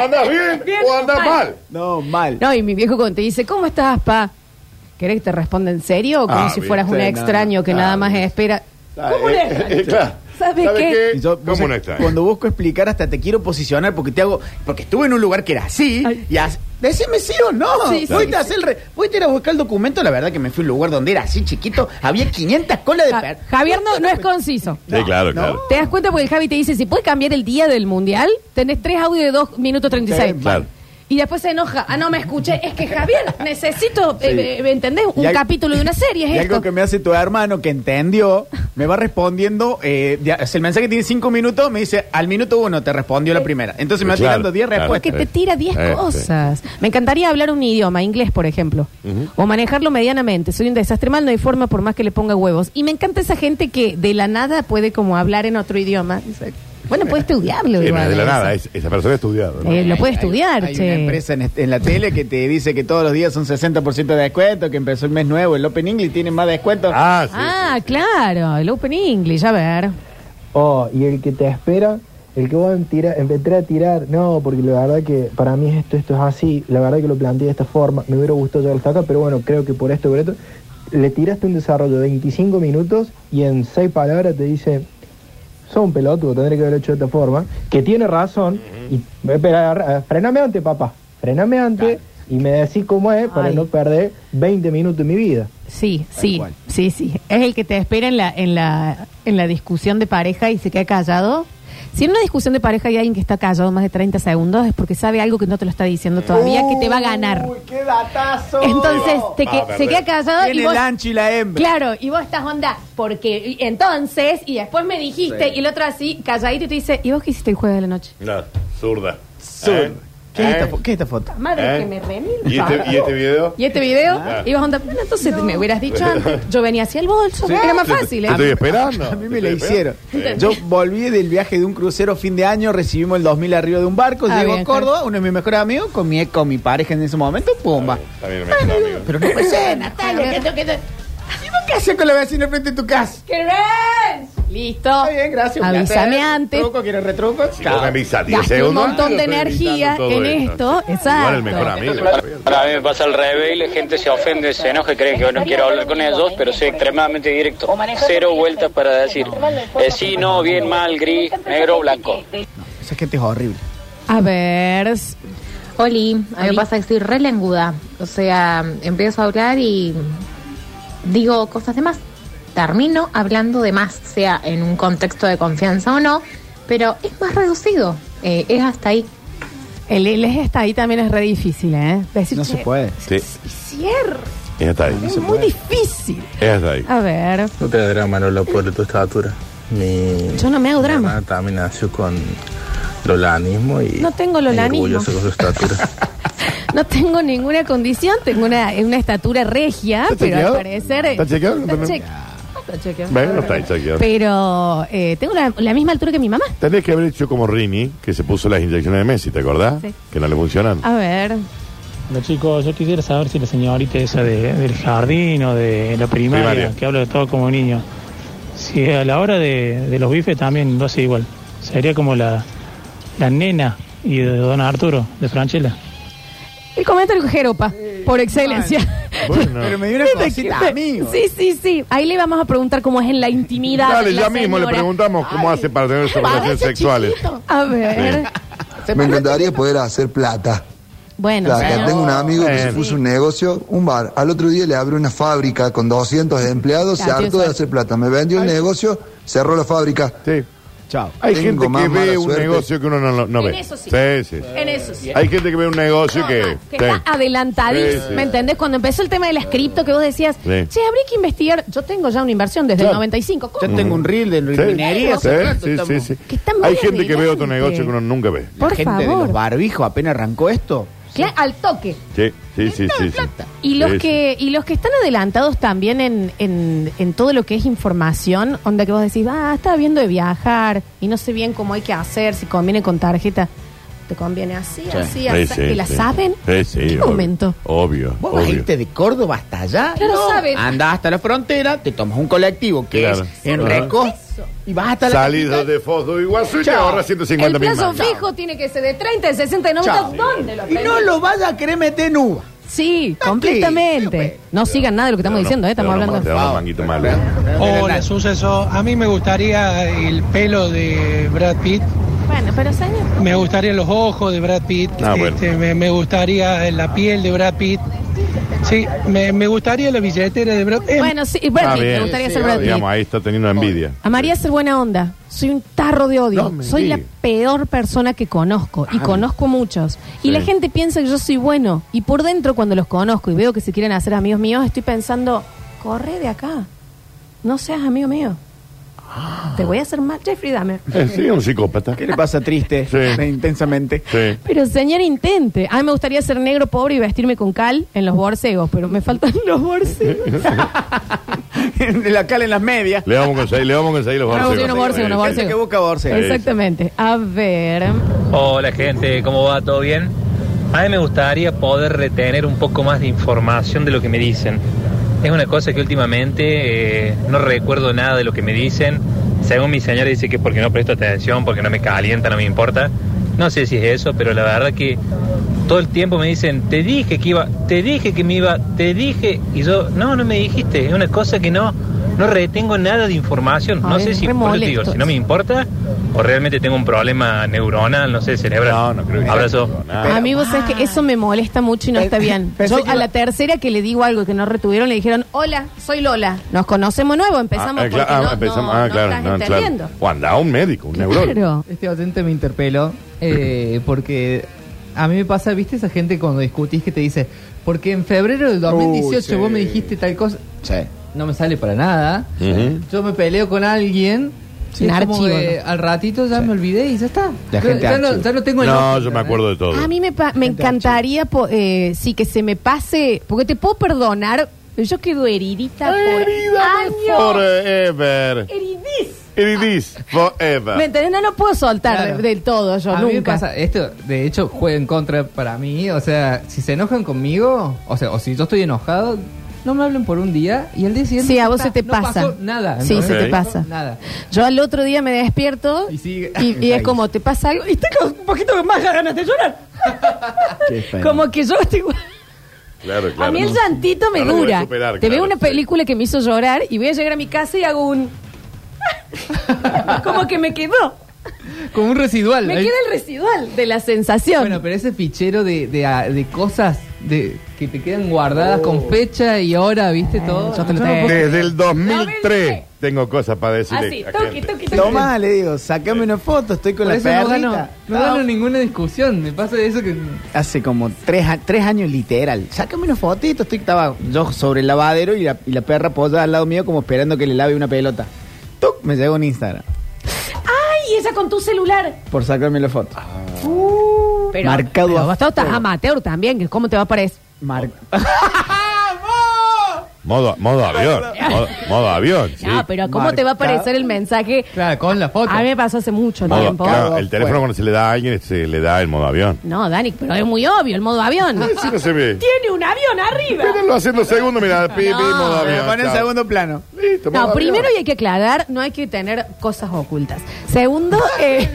Speaker 3: ¿Andas bien,
Speaker 2: Bien
Speaker 3: o andas
Speaker 2: o mal?
Speaker 3: mal?
Speaker 7: No, mal.
Speaker 2: No, y mi viejo cuando te dice, ¿cómo estás, pa? ¿Querés que te responda en serio o como
Speaker 3: Ah,
Speaker 2: si
Speaker 3: bien.
Speaker 2: fueras un
Speaker 7: Sí, no,
Speaker 2: extraño que
Speaker 7: no,
Speaker 2: nada
Speaker 7: no.
Speaker 2: más espera? ¿Cómo le
Speaker 3: Eh, claro.
Speaker 2: ¿Sabe
Speaker 3: ¿Sabe
Speaker 2: qué?
Speaker 3: qué?
Speaker 7: Y yo, vos
Speaker 3: Eh, ¿Cómo
Speaker 7: sabés,
Speaker 3: no está?
Speaker 7: Cuando busco explicar hasta te quiero posicionar porque te hago porque estuve en un lugar que era así
Speaker 2: Ay.
Speaker 7: y así, decime sí o no.
Speaker 2: Sí, sí,
Speaker 7: Fuiste a
Speaker 2: sí.
Speaker 7: hacer el re- fuiste a ir a buscar el documento, la verdad que me fui a un lugar donde era así chiquito, había 500 colas de
Speaker 2: Ja-
Speaker 7: per-
Speaker 2: Javier no, no es conciso.
Speaker 3: Sí, claro, claro.
Speaker 2: ¿Te das cuenta? Porque el Javi te dice, si puedes cambiar el día del mundial, tenés tres audios de 2 minutos 36.
Speaker 7: Sí,
Speaker 3: claro.
Speaker 2: Y después se enoja. Ah, no me escuché. Es que Javier, necesito, eh, eh, ¿entendés? Un
Speaker 7: Y al-
Speaker 2: capítulo de una serie
Speaker 7: Y
Speaker 2: es
Speaker 7: algo
Speaker 2: esto.
Speaker 7: que me hace tu hermano que entendió, me va respondiendo, eh, de- es el mensaje tiene cinco minutos, me dice, al minuto uno te respondió
Speaker 2: Eh,
Speaker 7: la primera. Entonces me va
Speaker 3: Claro,
Speaker 7: tirando 10
Speaker 3: claro.
Speaker 2: Que
Speaker 7: respuestas.
Speaker 2: te tira 10
Speaker 3: Este.
Speaker 2: cosas. Me encantaría hablar un idioma, inglés, por ejemplo. O manejarlo medianamente. Soy un desastre mal, no hay forma por más que le ponga huevos. Y me encanta esa gente que de la nada puede como hablar en otro idioma. Bueno, puede estudiarlo.
Speaker 3: Sí, no
Speaker 2: igual,
Speaker 3: es de la
Speaker 2: eso.
Speaker 3: nada, es- esa persona ha estudiado. ¿no?
Speaker 2: Eh, lo puede
Speaker 7: Hay-
Speaker 2: estudiar,
Speaker 7: Hay,
Speaker 2: che.
Speaker 7: una empresa en, este- en la tele que te dice que todos los días son 60% de descuento, que empezó el mes nuevo, el Open English tiene más descuento.
Speaker 3: Ah, sí.
Speaker 2: Ah, claro, el Open English, a ver.
Speaker 13: Oh, y el que te espera, el que vos tira, empecé a tirar, no, porque la verdad que para mí esto, esto es así, la verdad que lo planteé de esta forma, me hubiera gustado llegar hasta acá, pero bueno, creo que por esto, por esto, le tiraste un desarrollo de 25 minutos y en seis palabras te dice, sos un pelotudo, tendré que haber hecho de esta forma, que tiene razón, y, pero agarra- frename antes, papá, frename antes y me decís cómo es para
Speaker 2: Ay.
Speaker 13: no perder 20 minutos de mi vida.
Speaker 2: Sí, sí,
Speaker 7: cual.
Speaker 2: sí, sí. Es el que te espera en la, en la, en la discusión de pareja y se queda callado. Si en una discusión de pareja hay alguien que está callado más de 30 segundos es porque sabe algo que no te lo está diciendo todavía que te va a ganar.
Speaker 7: Uy, qué datazo.
Speaker 2: Entonces te
Speaker 3: Va
Speaker 2: que-
Speaker 3: a perder.
Speaker 2: se queda callado
Speaker 7: Tiene
Speaker 2: Ah, y vos,
Speaker 7: el ancho y la hembra.
Speaker 2: claro, y vos estás onda porque y entonces y después me dijiste y el otro así calladito y te dice, "¿Y vos qué hiciste el jueves de la noche?"
Speaker 3: No, zurda.
Speaker 7: Sur.
Speaker 3: ¿Eh?
Speaker 7: ¿Qué, es esta
Speaker 3: ¿Eh?
Speaker 7: fo- qué es esta foto?
Speaker 2: Madre
Speaker 3: ¿Eh?
Speaker 2: que me remil.
Speaker 3: ¿Y este, ¿Y este video?
Speaker 2: Y este video,
Speaker 3: Ah.
Speaker 2: y vos onda, "Bueno, entonces me hubieras dicho antes, yo venía hacia el bolso, era más
Speaker 3: Te-
Speaker 2: fácil,
Speaker 3: te
Speaker 2: ¿eh?
Speaker 3: estoy esperando.
Speaker 7: A mí me
Speaker 3: Te
Speaker 7: la
Speaker 3: estoy
Speaker 7: hicieron.
Speaker 3: esperando.
Speaker 7: Yo volví del viaje de un crucero fin de año, recibimos el 2000 arriba de un barco,
Speaker 2: Ah,
Speaker 7: llego
Speaker 2: bien,
Speaker 7: a Córdoba, uno de mis mejores amigos, con mi, con mi pareja en ese momento, pumba.
Speaker 3: Está bien, está bien, amigo.
Speaker 7: Pero no me sé, Pues Natalia, que te- que te- ¿Y vos qué haces con la vecina frente de tu casa?
Speaker 2: Listo.
Speaker 7: Está bien, gracias. un
Speaker 2: Avísame
Speaker 7: placer.
Speaker 2: antes.
Speaker 7: ¿Truco? ¿Quieres retruco?
Speaker 3: Si
Speaker 7: Chao.
Speaker 3: vos me avisás 10
Speaker 2: Gasté un
Speaker 3: segundos,
Speaker 2: montón
Speaker 3: yo
Speaker 2: de
Speaker 3: estoy
Speaker 2: energía
Speaker 3: evitando todo
Speaker 2: en esto,
Speaker 3: Igual
Speaker 2: exacto.
Speaker 3: el mejor amigo.
Speaker 14: Ahora a mí me pasa al revés y la gente se ofende, se enoja y cree que yo no quiero hablar con ellos, pero soy extremadamente directo. Cero vueltas para decir, eh, sí, no, bien, mal, gris, negro, blanco.
Speaker 7: Esa gente es horrible.
Speaker 2: A ver. s-
Speaker 15: Oli, a mí me pasa que estoy re lenguda. O sea, empiezo a hablar y digo cosas de más. Termino hablando de más, sea en un contexto de confianza o no, pero es más reducido. Eh, es hasta ahí.
Speaker 2: El, el es hasta ahí también es re difícil, ¿eh? Decir,
Speaker 3: No se
Speaker 2: che,
Speaker 3: puede. Sí.
Speaker 2: Cierre.
Speaker 3: Es hasta ahí.
Speaker 2: es muy difícil.
Speaker 3: Es hasta ahí.
Speaker 2: A ver.
Speaker 10: No te da drama, Lola, por tu estatura. Mi,
Speaker 2: Yo no me hago
Speaker 10: mi
Speaker 2: drama.
Speaker 10: hermana también nació con lolanismo y...
Speaker 2: No tengo lolanismo.
Speaker 10: Orgulloso con su estatura.
Speaker 2: No tengo ninguna condición, tengo una, una estatura regia,
Speaker 3: ¿Está
Speaker 2: pero al
Speaker 3: chequeado?
Speaker 2: parecer.
Speaker 3: ¿Está chequeado?
Speaker 2: Está
Speaker 3: Bueno.
Speaker 2: cheque- Ah, está chequeado.
Speaker 3: Bueno, no está ahí, chequeado.
Speaker 2: Pero eh, tengo la, la misma altura que mi mamá.
Speaker 3: Tendrías que haber hecho como Rini, que se puso las inyecciones de Messi, ¿te acordás?
Speaker 2: Sí. Ah,
Speaker 3: Que no le funcionan.
Speaker 2: A ver.
Speaker 16: Bueno, chicos, yo quisiera saber si la señorita esa de- del jardín o de la primaria,
Speaker 3: Primaria.
Speaker 16: que habla de todo como niño, si a la hora de, de los bifes también lo hace igual. Sería como la, la nena y de Don Arturo, de Franchella.
Speaker 2: El comentario que Jeropa, por excelencia.
Speaker 3: Bueno.
Speaker 7: Pero me dio una cosita, amigo.
Speaker 2: Sí, sí, sí. Ahí le vamos a preguntar cómo es en la intimidad.
Speaker 3: Dale,
Speaker 2: la
Speaker 3: ya mismo le
Speaker 2: señora.
Speaker 3: preguntamos cómo hace para tener sus
Speaker 2: parece
Speaker 3: relaciones sexuales.
Speaker 2: A ver.
Speaker 17: Me encantaría poder hacer plata.
Speaker 2: Bueno,
Speaker 17: Plata.
Speaker 2: señor.
Speaker 17: Tengo un amigo que se
Speaker 2: Bueno.
Speaker 17: puso un negocio, un bar. Al otro día le abrió una fábrica con 200 empleados, se
Speaker 2: Claro,
Speaker 17: hartó de
Speaker 2: tiene
Speaker 17: hacer plata. Me vendió un negocio, cerró la fábrica.
Speaker 3: Sí.
Speaker 7: Chao.
Speaker 3: Hay gente que ve un negocio que uno no, no- no
Speaker 2: En
Speaker 3: ve.
Speaker 2: eso sí. Eh,
Speaker 3: sí, sí.
Speaker 2: En eso sí.
Speaker 3: Hay gente que ve un negocio que...
Speaker 2: Ah, Que
Speaker 3: sí.
Speaker 2: está adelantadísimo,
Speaker 3: Sí, sí.
Speaker 2: ¿me entendés? Cuando empezó el tema del scripto que vos decías,
Speaker 3: Sí.
Speaker 2: che, habría que investigar. Yo tengo ya una inversión desde el
Speaker 3: Claro.
Speaker 2: 95. ¿Cómo?
Speaker 7: Yo tengo un reel de
Speaker 3: Sí,
Speaker 7: minería.
Speaker 3: sí,
Speaker 7: hace rato
Speaker 3: sí,
Speaker 7: estamos-
Speaker 3: sí, sí. Hay gente que ve otro negocio que uno nunca ve.
Speaker 7: La
Speaker 2: Por
Speaker 7: gente de
Speaker 2: favor.
Speaker 7: los barbijos apenas arrancó esto.
Speaker 2: Claro, Al toque.
Speaker 3: Sí, sí, sí, sí. sí.
Speaker 2: Y los,
Speaker 3: Sí, sí.
Speaker 2: que, y los que están adelantados también en, en, en todo lo que es información, onda que vos decís, ah, estaba viendo de viajar y no sé bien cómo hay que hacer, si conviene con tarjeta. ¿Te conviene así, así,
Speaker 3: Sí,
Speaker 2: así?
Speaker 3: sí,
Speaker 2: ¿Que la
Speaker 3: sí.
Speaker 2: saben?
Speaker 3: Sí, sí,
Speaker 2: ¿Qué
Speaker 3: obvio.
Speaker 2: momento?
Speaker 3: Obvio,
Speaker 7: Vos vas a
Speaker 3: obvio.
Speaker 7: irte de Córdoba hasta allá.
Speaker 2: Claro, saben.
Speaker 7: Andás hasta la frontera, te tomas un colectivo que
Speaker 3: Claro.
Speaker 7: es en
Speaker 3: Ajá.
Speaker 7: Reco y vas hasta la
Speaker 3: Salido de Foz de Iguazú y te
Speaker 7: Chao.
Speaker 3: ahorras 150
Speaker 2: El
Speaker 3: mil
Speaker 2: plazo
Speaker 3: más.
Speaker 2: fijo tiene que ser de 30, de 60, de 90.
Speaker 7: Chao.
Speaker 2: ¿Dónde lo
Speaker 7: Y no
Speaker 2: aprendí?
Speaker 7: lo vayas a querer meter en uva.
Speaker 2: Sí, completamente. No sigan nada de lo que estamos diciendo, ¿eh? estamos hablando.
Speaker 3: Te ahorras manguito malo.
Speaker 18: Hola, suceso. A mí me gustaría el pelo de Brad Pitt.
Speaker 2: Bueno, pero señor.
Speaker 18: Me gustaría los ojos de Brad Pitt.
Speaker 3: Ah, bueno.
Speaker 18: Este, me, me gustaría la piel de Brad Pitt. Sí, me, me gustaría la billetera de Brad Pitt.
Speaker 2: Bueno, sí, Brad Pitt, me gustaría ser Brad Pitt.
Speaker 3: Digamos, ahí está teniendo envidia.
Speaker 2: Amaría ser buena onda. Soy un tarro de odio.
Speaker 3: No me
Speaker 2: soy la
Speaker 3: digas.
Speaker 2: peor persona que conozco. Y
Speaker 3: Ah,
Speaker 2: conozco muchos. Y
Speaker 3: Sí.
Speaker 2: la gente piensa que yo soy bueno. Y por dentro, cuando los conozco y veo que se quieren hacer amigos míos, estoy pensando, corre de acá. No seas amigo mío.
Speaker 3: Ah.
Speaker 2: Te voy a hacer mal, Jeffrey Dahmer.
Speaker 3: Eh, sí, un psicópata.
Speaker 7: ¿Qué le pasa triste? Intensamente.
Speaker 3: Sí.
Speaker 2: Pero señor, intente. A mí me gustaría ser negro pobre y vestirme con cal en los borcegos, pero me faltan los borcegos.
Speaker 7: de la cal en las medias.
Speaker 3: Le vamos a conseguir, le vamos a conseguir los
Speaker 2: Vamos a conseguir
Speaker 3: borseos.
Speaker 2: unos borseos, unos
Speaker 3: Sí.
Speaker 2: borseos.
Speaker 7: Gente que busca borseos.
Speaker 2: Exactamente. A ver.
Speaker 19: Hola gente, ¿cómo va? ¿Todo bien? A mí me gustaría poder retener un poco más de información de lo que me dicen. Es una cosa que últimamente eh, no recuerdo nada de lo que me dicen. Según mi señora dice que es porque no presto atención, porque no me calienta, no me importa. No sé si es eso, pero la verdad que todo el tiempo me dicen, te dije que iba, te dije que me iba, te dije, y yo, no, no me dijiste. Es una cosa que no, no retengo nada de información.
Speaker 2: Ay,
Speaker 19: no sé
Speaker 2: es
Speaker 19: si,
Speaker 2: re
Speaker 19: por eso te digo,
Speaker 2: molesto.
Speaker 19: si no me importa o realmente tengo un problema neuronal, no sé, cerebral. No, no creo. Abrazo.
Speaker 3: Ah,
Speaker 2: a mí vos sabés que eso me molesta mucho y no está bien.
Speaker 19: Pensé
Speaker 2: Yo
Speaker 19: que iba-
Speaker 2: a la tercera que le digo algo que no retuvieron le dijeron, hola, soy Lola. Nos conocemos nuevo, empezamos
Speaker 3: Ah, eh,
Speaker 2: porque
Speaker 3: cla- ah,
Speaker 2: no,
Speaker 3: empezamos-
Speaker 2: no-
Speaker 3: ah,
Speaker 2: no
Speaker 3: claro,
Speaker 2: estás
Speaker 3: no, claro.
Speaker 2: entendiendo.
Speaker 3: O anda a un médico, un neurólogo.
Speaker 20: Este oyente me interpeló eh, porque a mí me pasa, ¿viste esa gente cuando discutís que te dice, porque en febrero del 2018
Speaker 7: Uy, sí.
Speaker 20: vos me dijiste tal cosa?
Speaker 7: Sí.
Speaker 20: No me sale para nada.
Speaker 7: Ujú.
Speaker 20: Yo me peleo con alguien. y
Speaker 2: Un
Speaker 20: es como
Speaker 2: archivo,
Speaker 20: que al ratito ya me olvidé y ya está.
Speaker 3: La
Speaker 20: Yo-
Speaker 3: gente
Speaker 20: ya, no,
Speaker 3: archivo.
Speaker 20: ya no tengo el
Speaker 3: No,
Speaker 20: ojo,
Speaker 3: yo me acuerdo de todo.
Speaker 2: A mí me, pa- me encantaría, po- eh, sí, que se me pase, porque te puedo perdonar, pero yo quedo heridita por años.
Speaker 3: Forever.
Speaker 2: Heridis.
Speaker 3: Iridis.
Speaker 2: ¿Me
Speaker 3: Forever.
Speaker 2: entendés? No lo puedo soltar
Speaker 20: Claro.
Speaker 2: de- del todo yo,
Speaker 20: a
Speaker 2: nunca.
Speaker 20: mí me pasa, esto de hecho juega en contra para mí, o sea, si se enojan conmigo, o sea, o si yo estoy enojado, no me hablen por un día y al día siguiente...
Speaker 2: Sí, a
Speaker 20: ya
Speaker 2: vos
Speaker 20: está,
Speaker 2: se te
Speaker 20: no
Speaker 2: pasa.
Speaker 20: pasó nada.
Speaker 2: Sí,
Speaker 20: ¿no?
Speaker 2: se te
Speaker 20: No
Speaker 2: pasa.
Speaker 20: pasó Nada.
Speaker 2: Yo al otro día me despierto y, y es
Speaker 20: Ahí.
Speaker 2: como te pasa algo y tengo un poquito más ganas de llorar. como que yo estoy...
Speaker 3: Claro, claro.
Speaker 2: A mí el llantito me
Speaker 3: No lo voy a
Speaker 2: dura.
Speaker 3: superar,
Speaker 2: Te veo
Speaker 3: claro.
Speaker 2: una película que me hizo llorar y voy a llegar a mi casa y hago un... como que me quedó.
Speaker 20: Como un residual.
Speaker 2: Me
Speaker 20: Ahí-
Speaker 2: queda el residual de la sensación.
Speaker 20: Bueno, pero ese fichero de, de, ah, de cosas de, que te quedan
Speaker 2: Oh.
Speaker 20: guardadas con fecha y hora,
Speaker 2: Eh.
Speaker 20: ¿viste todo?
Speaker 3: Desde el 2003 tengo cosas para
Speaker 2: Ah,
Speaker 3: decirle.
Speaker 20: Así,
Speaker 3: a
Speaker 20: toqui,
Speaker 3: gente.
Speaker 20: toqui, toqui.
Speaker 7: Toma, le digo, sacame una foto, estoy con
Speaker 20: Por
Speaker 7: la
Speaker 20: eso no
Speaker 7: perrita.
Speaker 20: gano, no gano ninguna discusión. Me pasa eso que.
Speaker 7: Hace como tres, a- tres años literal. Sácame una fotito, estoy estaba yo sobre el lavadero y la, y la perra posada al lado mío como esperando que le lave una pelota. ¡Tuc! Me llegó un Instagram
Speaker 2: ¡Ay! Ella con tu celular.
Speaker 7: por sacarme la foto.
Speaker 3: Ah,
Speaker 2: Pero,
Speaker 7: Marcado
Speaker 2: pero
Speaker 7: a
Speaker 2: vos estás amateur también, que ¿cómo te va a parecer?
Speaker 3: ah, Modo, modo avión. modo, modo avión. sí.
Speaker 2: No, pero ¿cómo te va a aparecer el mensaje?
Speaker 20: Claro, con la foto.
Speaker 2: A mí me pasó hace mucho
Speaker 3: Modo-
Speaker 2: tiempo.
Speaker 3: claro, el teléfono cuando se le da a alguien se le da el modo avión.
Speaker 2: No, Dani, pero es muy obvio el modo avión.
Speaker 3: Ay, Ah, sí, no se ve.
Speaker 2: Tiene un avión arriba.
Speaker 3: Pero lo hacen los segundos, mira, pi, pi, modo avión.
Speaker 7: Pero pon en
Speaker 3: ah, chao.
Speaker 7: segundo plano.
Speaker 3: Listo, modo
Speaker 2: No,
Speaker 3: avión.
Speaker 2: primero y hay que aclarar, no hay que tener cosas ocultas. Segundo, eh,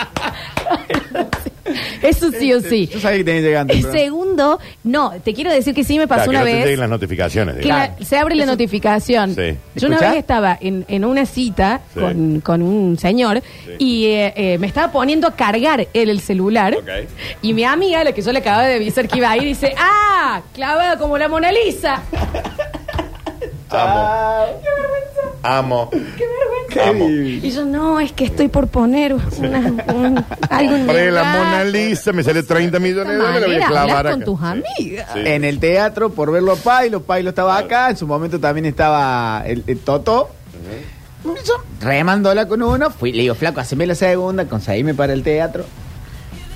Speaker 2: eso sí o sí.
Speaker 7: Yo sabía que tenía llegando.
Speaker 2: Y
Speaker 7: pero-
Speaker 2: segundo, no, te quiero decir que sí me pasó una
Speaker 3: Claro, que no te
Speaker 2: vez.
Speaker 3: lleguen las notificaciones.
Speaker 2: que
Speaker 3: digamos.
Speaker 2: la- se abre la notificación.
Speaker 3: Sí.
Speaker 2: Yo una
Speaker 3: ¿Escuchás?
Speaker 2: vez estaba en, en una cita
Speaker 3: Sí.
Speaker 2: con, con un señor y eh, eh, me estaba poniendo a cargar él el celular. Y mi amiga, la que yo le acababa de avisar que iba a ir, dice: ¡Ah! Clavada como la Mona Lisa.
Speaker 3: Ah, Amo, amo. Amo.
Speaker 2: Y yo, no, es que estoy por poner una, un- algo en
Speaker 3: Compré
Speaker 2: mi
Speaker 3: la
Speaker 2: hogar".
Speaker 3: Mona Lisa, me salió 30 millones de dólares, me la voy a
Speaker 2: Manera,
Speaker 3: clavar
Speaker 2: hablar
Speaker 3: acá.
Speaker 2: con tus amigas.
Speaker 3: Sí.
Speaker 7: En el teatro por verlo a Pailo. Pailo estaba acá. En su momento también estaba el, el Toto. Yo remándola con uno. Fui, le digo, flaco, haceme la segunda. Conseguíme para el teatro.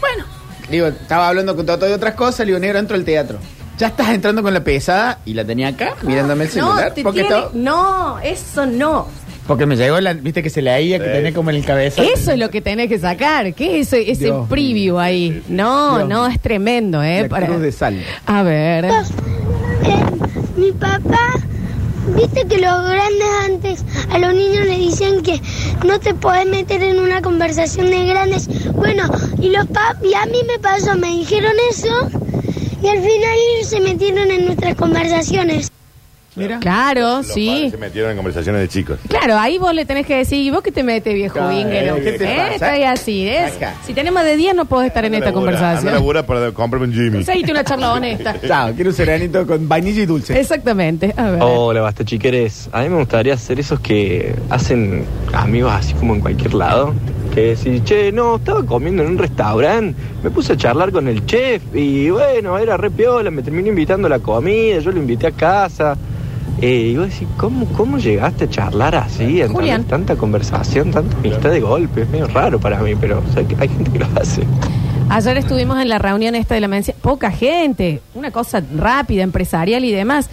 Speaker 7: Bueno. Le digo, estaba hablando con Toto de otras cosas. Le digo, negro, entro al teatro. Ya estás entrando con la pesada. Y la tenía acá, mirándome el celular.
Speaker 2: Ah, No, te
Speaker 7: porque,
Speaker 2: tiene-
Speaker 7: to-
Speaker 2: no, eso no.
Speaker 7: porque me llegó, la, viste que se leía, que tenía como en el cabeza.
Speaker 2: Eso es lo que tenés que sacar. ¿Qué es ese, ese
Speaker 7: Dios
Speaker 2: preview ahí? No,
Speaker 7: Dios
Speaker 2: no, es tremendo, ¿eh?
Speaker 7: La
Speaker 2: Para-
Speaker 7: cruz de sal.
Speaker 2: A ver.
Speaker 11: Mi papá, viste que los grandes antes a los niños le dicen que no te podés meter en una conversación de grandes. Bueno, y los papi a mí me pasó, me dijeron eso y al final ellos se metieron en nuestras conversaciones.
Speaker 2: Claro,
Speaker 3: Los
Speaker 2: sí.
Speaker 3: padres Se metieron en conversaciones de chicos.
Speaker 2: Claro, ahí vos le tenés que decir, ¿y vos qué te metes, viejo
Speaker 3: Claro,
Speaker 2: vinguero?
Speaker 3: ¿qué te
Speaker 2: ¿Eh?
Speaker 3: pasa?
Speaker 2: Está ahí así, ¿eh?
Speaker 3: Acá.
Speaker 2: Si tenés más de 10 no podés estar en esta
Speaker 3: Anda a
Speaker 2: conversación.
Speaker 3: laburar para comprarme un Jimmy.
Speaker 2: Seguiste una charla honesta.
Speaker 7: Chao, quiero un serenito con vainilla y dulce.
Speaker 2: Exactamente, a ver.
Speaker 12: Oh,
Speaker 21: Hola, basta chiqueres. A mí me gustaría hacer esos que hacen amigos así como en cualquier lado. Que decís, che, no, estaba comiendo en un restaurante, me puse a charlar con el chef y bueno, era re piola, me terminó invitando a la comida, yo lo invité a casa. Eh, y vos decís, ¿cómo, ¿cómo llegaste a charlar así? ¿Entendés?
Speaker 2: Julián.
Speaker 21: Tanta conversación, tanta amistad de golpe, es medio raro para mí, pero o sea, que hay gente que lo hace.
Speaker 2: Ayer estuvimos en la reunión esta de la mención, poca gente, una cosa rápida, empresarial y demás.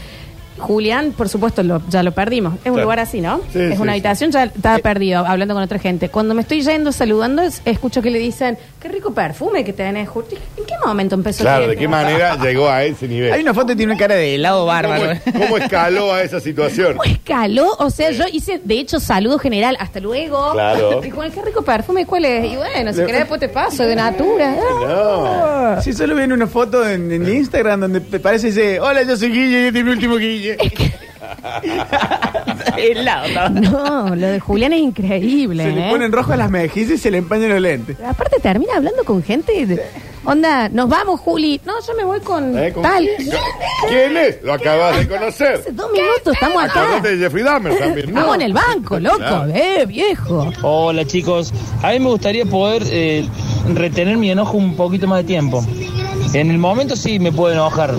Speaker 2: Julián, por supuesto, lo- ya lo perdimos. Es un
Speaker 15: Claro.
Speaker 2: lugar así, ¿no?
Speaker 15: Sí,
Speaker 2: es
Speaker 15: sí,
Speaker 2: una
Speaker 15: sí.
Speaker 2: habitación, ya estaba perdido, hablando con otra gente. Cuando me estoy yendo, saludando, es- escucho que le dicen, qué rico perfume que tenés, Julián. ¿En qué momento empezó
Speaker 3: Claro,
Speaker 2: el
Speaker 3: ¿de
Speaker 2: cliente?
Speaker 3: qué manera llegó a ese
Speaker 7: Hay
Speaker 3: nivel?
Speaker 7: una foto que tiene una cara de helado bárbaro.
Speaker 3: ¿Cómo escaló a esa situación?
Speaker 2: Caló, o sea, yo hice, de hecho, saludo general, hasta luego.
Speaker 3: Claro.
Speaker 2: Y Juan, qué rico perfume, ¿cuál es? Y bueno, si
Speaker 7: Le-
Speaker 2: querés después te paso, de Natura.
Speaker 7: No. Si solo ven una foto en, en Instagram donde te parece y dice, hola, yo soy Guille y este es mi último Guille. Helado.
Speaker 2: No, lo de Julián es increíble.
Speaker 7: Se le
Speaker 2: ¿eh?
Speaker 7: ponen rojo a las mejillas y se le empañan los lentes.
Speaker 2: Aparte termina hablando con gente. de- Onda, nos vamos, Juli. No, yo me voy con,
Speaker 3: ¿Eh? ¿Con
Speaker 2: tal.
Speaker 3: quién? ¿Quién es? Lo acabas de conocer.
Speaker 2: Dos minutos, estamos acá.
Speaker 3: Acordate de Jeffrey Dahmer también.
Speaker 2: ah. Estamos en el banco, loco,
Speaker 3: Claro.
Speaker 2: eh, viejo.
Speaker 16: Hola chicos, a mí me gustaría poder eh, retener mi enojo un poquito más de tiempo. En el momento sí me puedo enojar,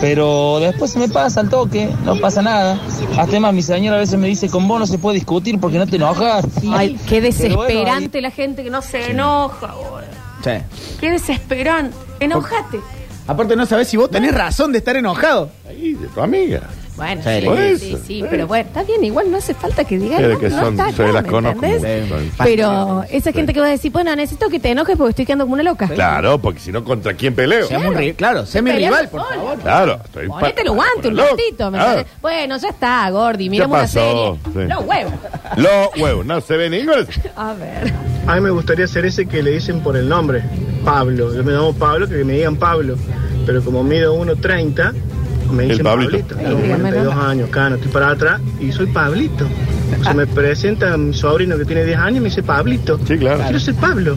Speaker 16: pero después se me pasa al toque, no pasa nada. Hasta es más, mi señora a veces me dice, con vos no se puede discutir porque no te enojas.
Speaker 2: Ay, qué
Speaker 16: Pero bueno,
Speaker 2: desesperante la gente que no se enoja. boludo. Qué desesperante. Enojate.
Speaker 7: Aparte no sabes si vos tenés razón de estar enojado.
Speaker 3: Ahí, de tu amiga.
Speaker 2: Bueno,
Speaker 7: Sí,
Speaker 2: sí,
Speaker 7: por
Speaker 2: sí,
Speaker 7: eso,
Speaker 2: sí, sí,
Speaker 7: por
Speaker 2: pero bueno, está bien, igual no hace falta que digas.
Speaker 3: Sí, de
Speaker 2: no,
Speaker 3: que
Speaker 2: no
Speaker 3: son-
Speaker 2: está
Speaker 3: yo
Speaker 2: acá,
Speaker 3: las
Speaker 2: ¿me
Speaker 3: conozco
Speaker 2: entendés?
Speaker 3: mucho.
Speaker 2: Pero esa gente que va a decir, bueno, necesito que te enojes porque estoy quedando como una loca.
Speaker 3: Claro, porque si no, ¿contra quién peleo?
Speaker 7: Seamos ri- claro, sé mi
Speaker 2: Peleamos
Speaker 7: rival, por
Speaker 2: solos.
Speaker 7: favor.
Speaker 3: Claro. estoy pa-
Speaker 2: Ponete los guantes un
Speaker 3: Loco,
Speaker 2: ratito. ¿me
Speaker 3: claro.
Speaker 2: entendés? Bueno, ya está, Gordi. Miramos una
Speaker 3: pasó,
Speaker 2: serie.
Speaker 3: sí.
Speaker 2: Los huevos.
Speaker 3: Ah, Los huevos, no se ve ninguno.
Speaker 2: A ver.
Speaker 22: A mí me gustaría ser ese que le dicen por el nombre, Pablo. Yo me llamo Pablo, que me digan Pablo. Pero como mido 1.30, me
Speaker 3: El
Speaker 22: dicen
Speaker 3: Pablito.
Speaker 22: Pablito. Tengo 42 años, cano, estoy para atrás y soy Pablito. Se me presenta mi sobrino que tiene 10 años y me dice Pablito.
Speaker 3: Sí, claro.
Speaker 22: Quiero ser Pablo.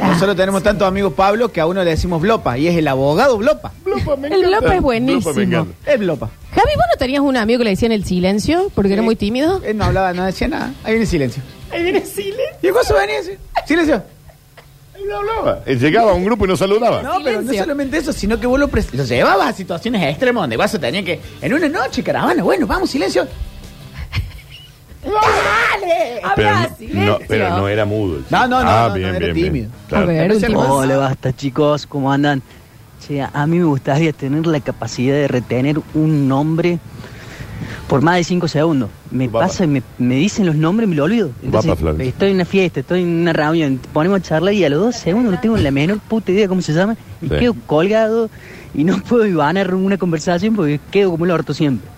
Speaker 7: Nosotros tenemos tantos amigos Pablo que a uno le decimos Blopa y es el abogado Blopa.
Speaker 2: El Blopa es buenísimo. Javi,
Speaker 7: Es Blopa.
Speaker 2: ¿vos no tenías un amigo que le decían el silencio porque era muy tímido?
Speaker 7: Él no hablaba, no decía nada. Ahí viene el silencio.
Speaker 2: Ahí viene silencio.
Speaker 7: ¿Y cosa venía? Silencio.
Speaker 3: Eh, Llegaba a un grupo y no saludaba.
Speaker 7: No, pero no solamente eso, sino que vos lo, pres- lo llevabas a situaciones extremas donde vas a tener que. En una noche, caravana, bueno, vamos, silencio. ¡Dale!
Speaker 3: Pero, no, pero no era mudo. el chico.
Speaker 7: No, no, no,
Speaker 3: Ah,
Speaker 7: no, no,
Speaker 3: bien,
Speaker 7: era
Speaker 3: bien,
Speaker 7: tímido.
Speaker 3: bien. Claro.
Speaker 1: Hola, basta chicos, ¿cómo andan? Che, a mí me gustaría tener la capacidad de retener un nombre por más de 5 segundos. Me pasa, me, me dicen los nombres y me lo olvido. Entonces,
Speaker 3: Papa Flores.
Speaker 1: estoy en una fiesta, estoy en una reunión, ponemos a charlar y a los dos segundos no tengo la menor puta idea cómo se llama y
Speaker 3: Sí.
Speaker 1: quedo colgado y no puedo ibanar una conversación porque quedo como el orto siempre.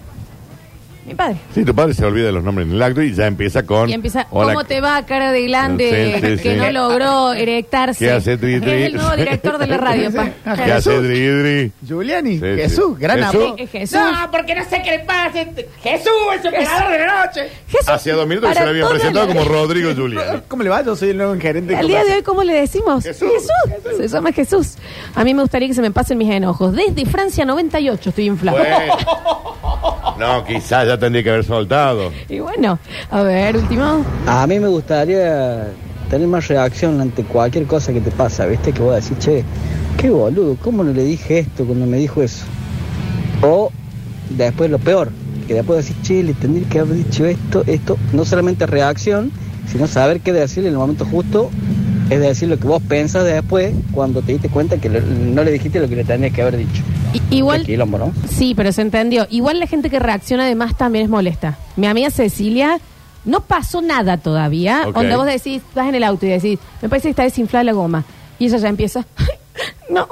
Speaker 2: Mi padre.
Speaker 3: Sí, tu padre se olvida de los nombres en el acto y ya empieza con.
Speaker 2: Y empieza,
Speaker 3: Hola,
Speaker 2: ¿cómo te va, cara de glande,
Speaker 3: Sí, sí,
Speaker 2: que
Speaker 3: sí.
Speaker 2: no logró erectarse?
Speaker 3: ¿Qué hace, Tri, tri?
Speaker 2: Es el nuevo director de la radio, pa.
Speaker 3: ¿Qué hace Dridri?
Speaker 7: Juliani,
Speaker 3: Sí,
Speaker 7: Jesús,
Speaker 3: sí.
Speaker 7: gran
Speaker 3: Jesús.
Speaker 7: amor.
Speaker 2: Es Eh, Jesús.
Speaker 7: No, porque no sé qué le pasa. Jesús, el superador de la noche.
Speaker 3: Hacía dos minutos que se le había presentado como Rodrigo Julián.
Speaker 7: ¿Cómo le va? Yo soy el nuevo gerente.
Speaker 2: Al día de hoy, ¿cómo le decimos? Jesús. Se llama Jesús. A mí me gustaría que se me pasen mis enojos. Desde Francia 98 estoy inflado.
Speaker 3: Bueno. No, quizás ya tendría que haber soltado.
Speaker 2: Y bueno, a ver, último.
Speaker 1: A mí me gustaría tener más reacción ante cualquier cosa que te pasa, ¿viste? Que vos decís, che, qué boludo, ¿cómo no le dije esto cuando me dijo eso? O después lo peor, que después decís, che, le tendría que haber dicho esto, esto, no solamente reacción, sino saber qué decirle en el momento justo, es decir, lo que vos pensás después cuando te diste cuenta que le- no le dijiste lo que le tenías que haber dicho.
Speaker 2: I- igual,
Speaker 1: Qué quilombo, ¿no?
Speaker 2: sí, pero se entendió. Igual la gente que reacciona además también es molesta. Mi amiga Cecilia, no pasó nada todavía.
Speaker 1: Ok.
Speaker 2: Onda vos decís, estás en el auto y decís, me parece que está desinflada la goma. Y ella ya empieza, no,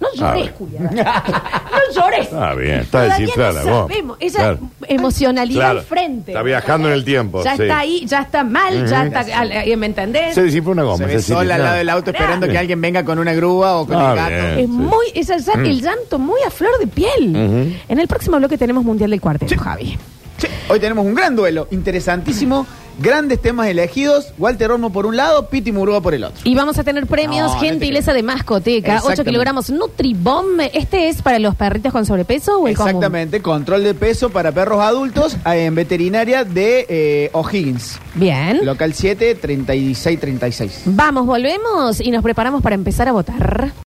Speaker 2: no llores,
Speaker 3: Ah.
Speaker 2: culiada. No llores.
Speaker 3: Ah, bien, está
Speaker 2: Todavía
Speaker 3: desinflada
Speaker 2: no
Speaker 3: la goma.
Speaker 2: sabemos. Ella
Speaker 3: Claro.
Speaker 2: emocionalidad
Speaker 3: Claro.
Speaker 2: al frente.
Speaker 3: Está viajando en el tiempo.
Speaker 2: Ya
Speaker 3: sí.
Speaker 2: está ahí, ya está mal, ya
Speaker 3: Ujú.
Speaker 2: está, al- eh, ¿me entendés?
Speaker 3: Se desinfla una goma.
Speaker 7: Se ve
Speaker 3: Cecilia,
Speaker 7: sola al
Speaker 3: claro.
Speaker 7: lado del auto esperando que alguien venga con una grúa o con
Speaker 3: Ah,
Speaker 7: el gato.
Speaker 3: bien,
Speaker 2: Es muy, ella ya,
Speaker 7: Mm.
Speaker 2: el llanto muy a flor de piel.
Speaker 7: Ujú.
Speaker 2: En el próximo bloque tenemos Mundial del Cuarteto, Javi.
Speaker 7: Sí, hoy tenemos un gran duelo, interesantísimo, grandes temas elegidos, Walter Ormo por un lado, Piti Murúa por el otro.
Speaker 2: Y vamos a tener premios
Speaker 7: No, no te
Speaker 2: Gentileza de Mascoteca, 8
Speaker 7: Exactamente.
Speaker 2: kilogramos Nutribomb. ¿Este es para los perritos con sobrepeso o el común?
Speaker 7: Exactamente, control de peso para perros adultos eh, en veterinaria de eh, O'Higgins.
Speaker 2: Bien.
Speaker 7: Local 7, 3636.
Speaker 2: Vamos, volvemos y nos preparamos para empezar a votar.